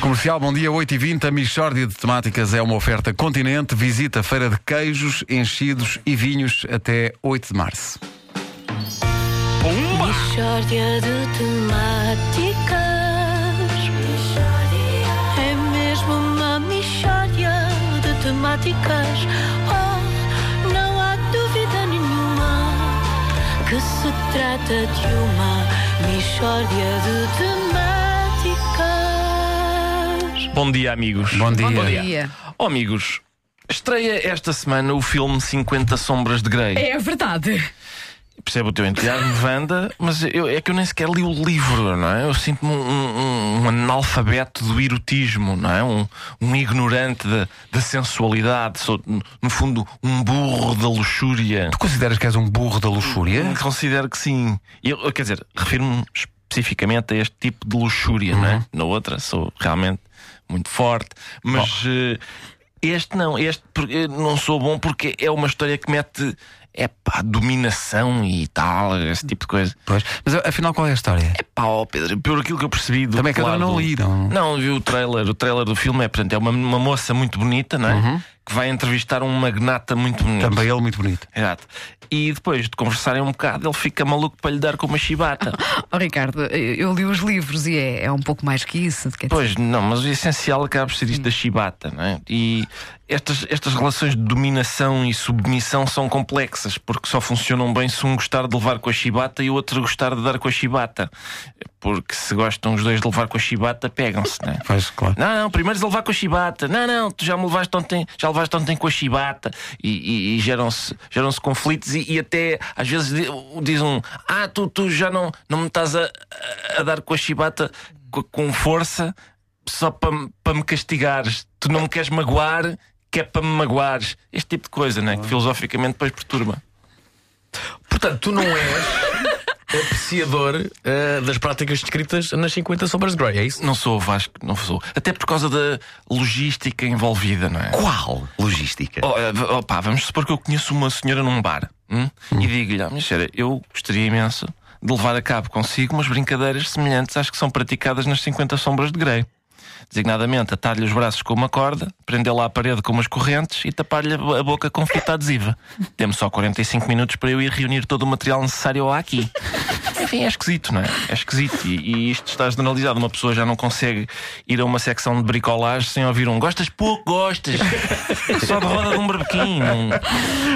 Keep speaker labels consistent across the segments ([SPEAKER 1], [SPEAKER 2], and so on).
[SPEAKER 1] Comercial, bom dia, 8h20. A Michórdia de Temáticas é uma oferta continente. Visita a feira de queijos, enchidos e vinhos até 8 de março.
[SPEAKER 2] Mixórdia de temáticas É mesmo uma mixórdia de temáticas Oh, não há dúvida nenhuma Que se trata de uma mixórdia de temáticas
[SPEAKER 3] Bom dia, amigos.
[SPEAKER 1] Bom dia.
[SPEAKER 4] Bom dia.
[SPEAKER 3] Oh, amigos, estreia esta semana o filme 50 Sombras de Grey.
[SPEAKER 4] É verdade.
[SPEAKER 3] Percebo o teu entusiasmo, Wanda, mas eu- é que eu nem sequer li o livro, não é? Eu sinto-me um, um- um analfabeto do erotismo, não é? Um, um ignorante da- da sensualidade, sou, no fundo, um burro da luxúria.
[SPEAKER 1] Tu consideras que és um burro da luxúria?
[SPEAKER 3] Considero que sim. Eu, quer dizer, refiro-me especificamente a este tipo de luxúria, não
[SPEAKER 1] Uhum.
[SPEAKER 3] é? Na outra sou realmente muito forte, mas eh, este não, este por- eh, não sou bom porque é uma história que mete é pá, dominação e tal, esse tipo de coisa.
[SPEAKER 1] Pois. Mas afinal, qual é a história?
[SPEAKER 3] É pá, ó Pedro, por aquilo que eu percebi do
[SPEAKER 1] Também que
[SPEAKER 3] outro
[SPEAKER 1] eu também
[SPEAKER 3] lado-
[SPEAKER 1] não li, não.
[SPEAKER 3] Não, vi o trailer, o trailer do filme é, portanto, é uma, uma moça muito bonita, não é? Que vai entrevistar um magnata muito bonito.
[SPEAKER 1] Uhum. Também ele muito bonito.
[SPEAKER 3] Exato. E depois de conversarem um bocado, ele fica maluco para lhe dar com uma chibata.
[SPEAKER 4] Oh, Ricardo, eu li os livros e é, é um pouco mais que isso. quer dizer,
[SPEAKER 3] pois, não, mas o essencial acaba por ser isto da chibata, não é? E estas, estas relações de dominação e submissão são complexas, porque só funcionam bem se um gostar de levar com a chibata e o outro gostar de dar com a chibata. Porque se gostam os dois de levar com a chibata, pegam-se, não é?
[SPEAKER 1] Pois, claro.
[SPEAKER 3] Não, não, primeiro de levar com a chibata. Não, não, tu já me levaste ontem, já levaste ontem com a chibata. E, e- e geram-se geram conflitos e, e até às vezes di- diz um: Ah, tu, tu já não, não me estás a, a dar com a chibata co- com, força só para me- para me castigares. Tu não me queres magoar, que é para me magoares. Este tipo de coisa, né? Que filosoficamente depois perturba.
[SPEAKER 5] Portanto, tu não és apreciador eh, das práticas descritas nas 50 Sombras de Grey, é isso?
[SPEAKER 3] Não sou Vasco, não sou. Até por causa da logística envolvida, não é?
[SPEAKER 6] Qual logística?
[SPEAKER 3] Oh, eh, v- opá, vamos supor que eu conheço uma senhora num bar hum? e digo-lhe: ah, minha senhora, eu gostaria imenso de levar a cabo consigo umas brincadeiras semelhantes às que são praticadas nas 50 Sombras de Grey. Designadamente, atar-lhe os braços com uma corda, prendê-la à parede com umas correntes e tapar-lhe a bo- a boca com fita adesiva. Temos só 45 minutos para eu ir reunir todo o material necessário ao aqui. Enfim, é esquisito, não é? É esquisito. E, e isto está generalizado. Uma pessoa já não consegue ir a uma secção de bricolagem sem ouvir um gostas pouco, gostas. Só de roda de um barbequim. Não...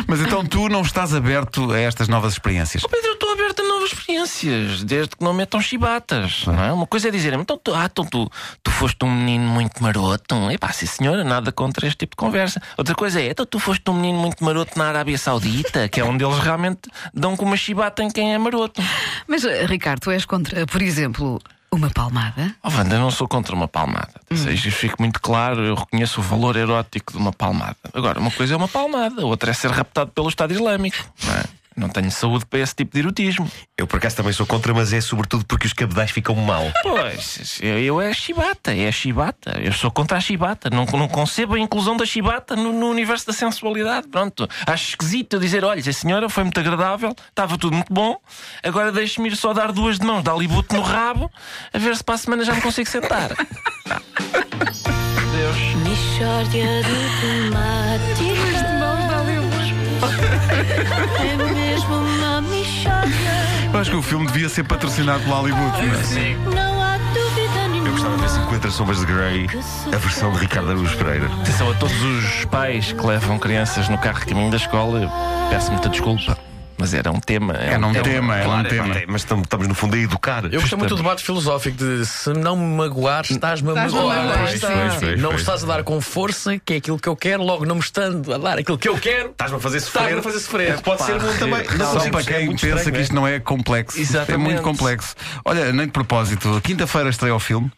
[SPEAKER 1] Mas então tu não estás aberto a estas novas experiências.
[SPEAKER 3] Pedro, eu estou aberto a novas experiências, desde que não metam chibatas. Não é? Uma coisa é dizer, então, tu, ah, então tu, tu foste um menino muito maroto. Epá, sim senhora, nada contra este tipo de conversa. Outra coisa é, então tu foste um menino muito maroto na Arábia Saudita, que é onde eles realmente dão com uma chibata em quem é maroto.
[SPEAKER 4] Mas, eh, Ricardo, tu és contra, por exemplo, uma palmada?
[SPEAKER 3] Oh, Wanda, eu não sou contra uma palmada. Isso isto fica muito claro, eu reconheço o valor erótico de uma palmada. Agora, uma coisa é uma palmada, outra é ser raptado pelo Estado Islâmico. Não, é? Não tenho saúde para esse tipo de erotismo.
[SPEAKER 6] Eu por acaso também sou contra, mas é sobretudo porque os cabedais ficam mal.
[SPEAKER 3] Pois, eu, eu é a chibata, é a chibata. Eu sou contra a chibata. Não, não concebo a inclusão da chibata no, no universo da sensualidade. Pronto, acho esquisito eu dizer: olha, a senhora foi muito agradável, estava tudo muito bom. Agora deixe-me ir só dar duas de mãos, dar libuto no rabo, a ver se para a semana já me consigo sentar. Deus.
[SPEAKER 2] Mixórdia de temáticas É mesmo uma mixórdia
[SPEAKER 1] Eu acho que o filme devia ser patrocinado pela Hollywood. Mas...
[SPEAKER 2] Não há dúvida nenhuma
[SPEAKER 6] Eu gostava de ver 50 Sombras de Grey, a versão de Ricardo Aruz Pereira.
[SPEAKER 3] Atenção a todos os pais que levam crianças no carro de caminho da escola, eu peço muita desculpa. Mas era um tema. É,
[SPEAKER 1] Era um tema, era um
[SPEAKER 6] Claro,
[SPEAKER 1] tema.
[SPEAKER 6] é, mas estamos, estamos, no fundo a educar.
[SPEAKER 5] Eu gostei muito do debate filosófico de se não me magoar, estás-me a
[SPEAKER 4] Estás-me a
[SPEAKER 5] magoar.
[SPEAKER 4] magoar,
[SPEAKER 5] Pois,
[SPEAKER 4] sim.
[SPEAKER 5] pois,
[SPEAKER 6] Sim.
[SPEAKER 5] Não
[SPEAKER 6] Pois,
[SPEAKER 5] estás a dar com força, que é aquilo que eu quero, logo não me estando a dar aquilo que eu quero.
[SPEAKER 6] Estás-me a fazer sofrer.
[SPEAKER 5] Estás-me a fazer sofrer.
[SPEAKER 6] É que pode
[SPEAKER 5] Pá,
[SPEAKER 6] ser bom também.
[SPEAKER 1] Só
[SPEAKER 6] mas
[SPEAKER 1] para
[SPEAKER 6] é
[SPEAKER 1] quem
[SPEAKER 6] muito
[SPEAKER 1] pensa
[SPEAKER 6] estranho,
[SPEAKER 1] que isto não é complexo. Isto É
[SPEAKER 3] Exatamente.
[SPEAKER 1] muito complexo. Olha, nem de propósito, quinta-feira estreia o filme.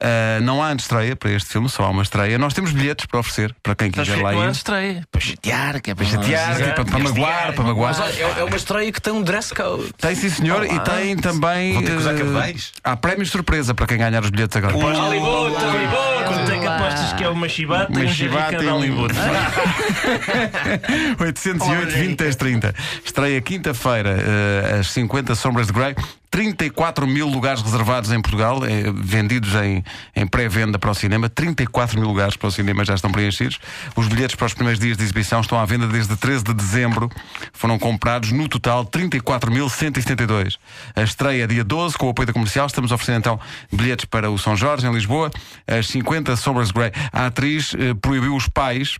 [SPEAKER 1] Ah, não há estreia para este filme, só há uma estreia. Nós temos bilhetes para oferecer para quem
[SPEAKER 3] Mas
[SPEAKER 1] quiser
[SPEAKER 3] que
[SPEAKER 1] lá
[SPEAKER 3] não é
[SPEAKER 1] ir.
[SPEAKER 3] de estreia. Para chatear, que é para
[SPEAKER 1] Chatear,
[SPEAKER 3] chatear.
[SPEAKER 1] que é para, para magoar, para magoar.
[SPEAKER 5] Ah, Mas olha, é, é uma estreia que tem um dress code.
[SPEAKER 1] Tem sim, senhor, e tem também.
[SPEAKER 6] Vão ter que usar
[SPEAKER 1] eh,
[SPEAKER 6] cabedais?
[SPEAKER 1] há prémios surpresa para quem ganhar os bilhetes agora.
[SPEAKER 3] Hollywood, Hollywood! Quanto é que apostas que é uma chibata
[SPEAKER 1] Uma
[SPEAKER 3] e um
[SPEAKER 1] chibata
[SPEAKER 3] jerrycan
[SPEAKER 1] e
[SPEAKER 3] de
[SPEAKER 1] um
[SPEAKER 3] Hollywood?
[SPEAKER 1] 808 20 10 30. Estreia quinta-feira eh, às 50 Sombras de Grey. 34 mil lugares reservados em Portugal, eh, vendidos em, em pré-venda para o cinema. 34 mil lugares para o cinema já estão preenchidos. Os bilhetes para os primeiros dias de exibição estão à venda desde 13 de dezembro. Foram comprados no total 34.172. A estreia dia 12, com o apoio da comercial. Estamos oferecendo então bilhetes para o São Jorge, em Lisboa. As 50 Sombras Grey. A atriz eh, proibiu os pais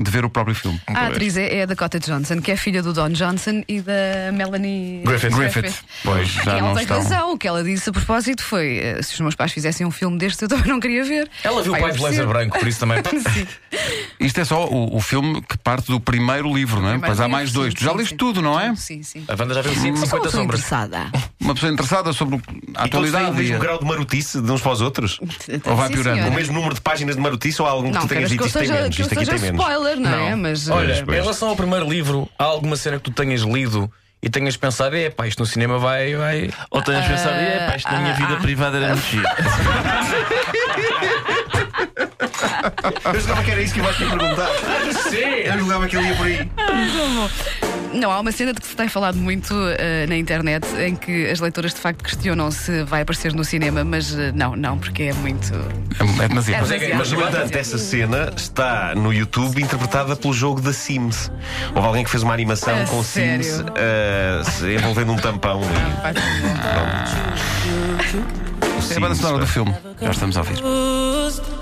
[SPEAKER 1] de ver o próprio filme.
[SPEAKER 4] A atriz é, é a Dakota Johnson, que é filha do Don Johnson e da Melanie
[SPEAKER 5] Griffith.
[SPEAKER 1] Griffith. Pois, já
[SPEAKER 4] E ela
[SPEAKER 1] não
[SPEAKER 4] tem
[SPEAKER 1] estão.
[SPEAKER 4] razão. O que ela disse a propósito foi: eh, se os meus pais fizessem um filme deste, eu também não queria ver.
[SPEAKER 5] Ela viu o
[SPEAKER 4] Vai
[SPEAKER 5] pai de
[SPEAKER 4] aparecer.
[SPEAKER 5] laser branco, por isso também.
[SPEAKER 4] Sim.
[SPEAKER 1] Isto é só o, o filme que parte do primeiro livro, não é? Pois há mais dois.
[SPEAKER 4] Sim,
[SPEAKER 1] Tu já
[SPEAKER 4] sim,
[SPEAKER 1] leste
[SPEAKER 4] sim.
[SPEAKER 1] tudo, não é?
[SPEAKER 4] Sim, sim.
[SPEAKER 5] A Wanda já viu
[SPEAKER 4] Eu sou uma
[SPEAKER 5] 50
[SPEAKER 4] pessoa
[SPEAKER 5] sombras.
[SPEAKER 4] interessada.
[SPEAKER 1] Uma pessoa interessada sobre o- a
[SPEAKER 6] E todos têm o
[SPEAKER 1] atualidade. e
[SPEAKER 6] mesmo
[SPEAKER 1] a-
[SPEAKER 6] grau de marotice de uns para os outros?
[SPEAKER 1] Ou vai
[SPEAKER 4] Sim,
[SPEAKER 1] piorando.
[SPEAKER 4] senhora.
[SPEAKER 6] O mesmo número de páginas de marotice ou há algum que
[SPEAKER 4] Não,
[SPEAKER 6] tu tenhas
[SPEAKER 4] queres que
[SPEAKER 6] dito
[SPEAKER 4] eu
[SPEAKER 6] isto tem
[SPEAKER 4] seja,
[SPEAKER 6] menos?
[SPEAKER 4] que eu
[SPEAKER 6] Isto aqui
[SPEAKER 4] seja
[SPEAKER 6] tem menos.
[SPEAKER 4] spoiler, não, é? Mas.
[SPEAKER 5] Olha,
[SPEAKER 4] eh,
[SPEAKER 6] Pois.
[SPEAKER 5] em relação ao primeiro livro, há alguma cena que tu tenhas lido e tenhas pensado, é pá, isto no cinema vai. vai...
[SPEAKER 3] Ou tenhas pensado, é pá, isto na minha vida privada era muito giro.
[SPEAKER 6] Eu jogava que era isso que eu acho que ia perguntar.
[SPEAKER 5] Sim!
[SPEAKER 6] Eu jogava que ele ia por aí.
[SPEAKER 4] Não, há uma cena de que se tem falado muito eh, na internet em que as leitoras de facto questionam se vai aparecer no cinema, mas eh, não, não, porque é muito.
[SPEAKER 1] É, é demasiado.
[SPEAKER 4] É demasiado.
[SPEAKER 6] Mas, no entanto, essa cena está no YouTube interpretada pelo jogo da Sims. Houve alguém que fez uma animação
[SPEAKER 4] A
[SPEAKER 6] com
[SPEAKER 4] sério? Ah, um
[SPEAKER 6] Sims eh, se envolvendo um tampão. E,
[SPEAKER 4] Vai, tudo bom.
[SPEAKER 6] pronto. O
[SPEAKER 1] É a banda
[SPEAKER 6] Sims,
[SPEAKER 1] sonora
[SPEAKER 6] pá.
[SPEAKER 1] do filme. Já estamos a ouvir.
[SPEAKER 2] Used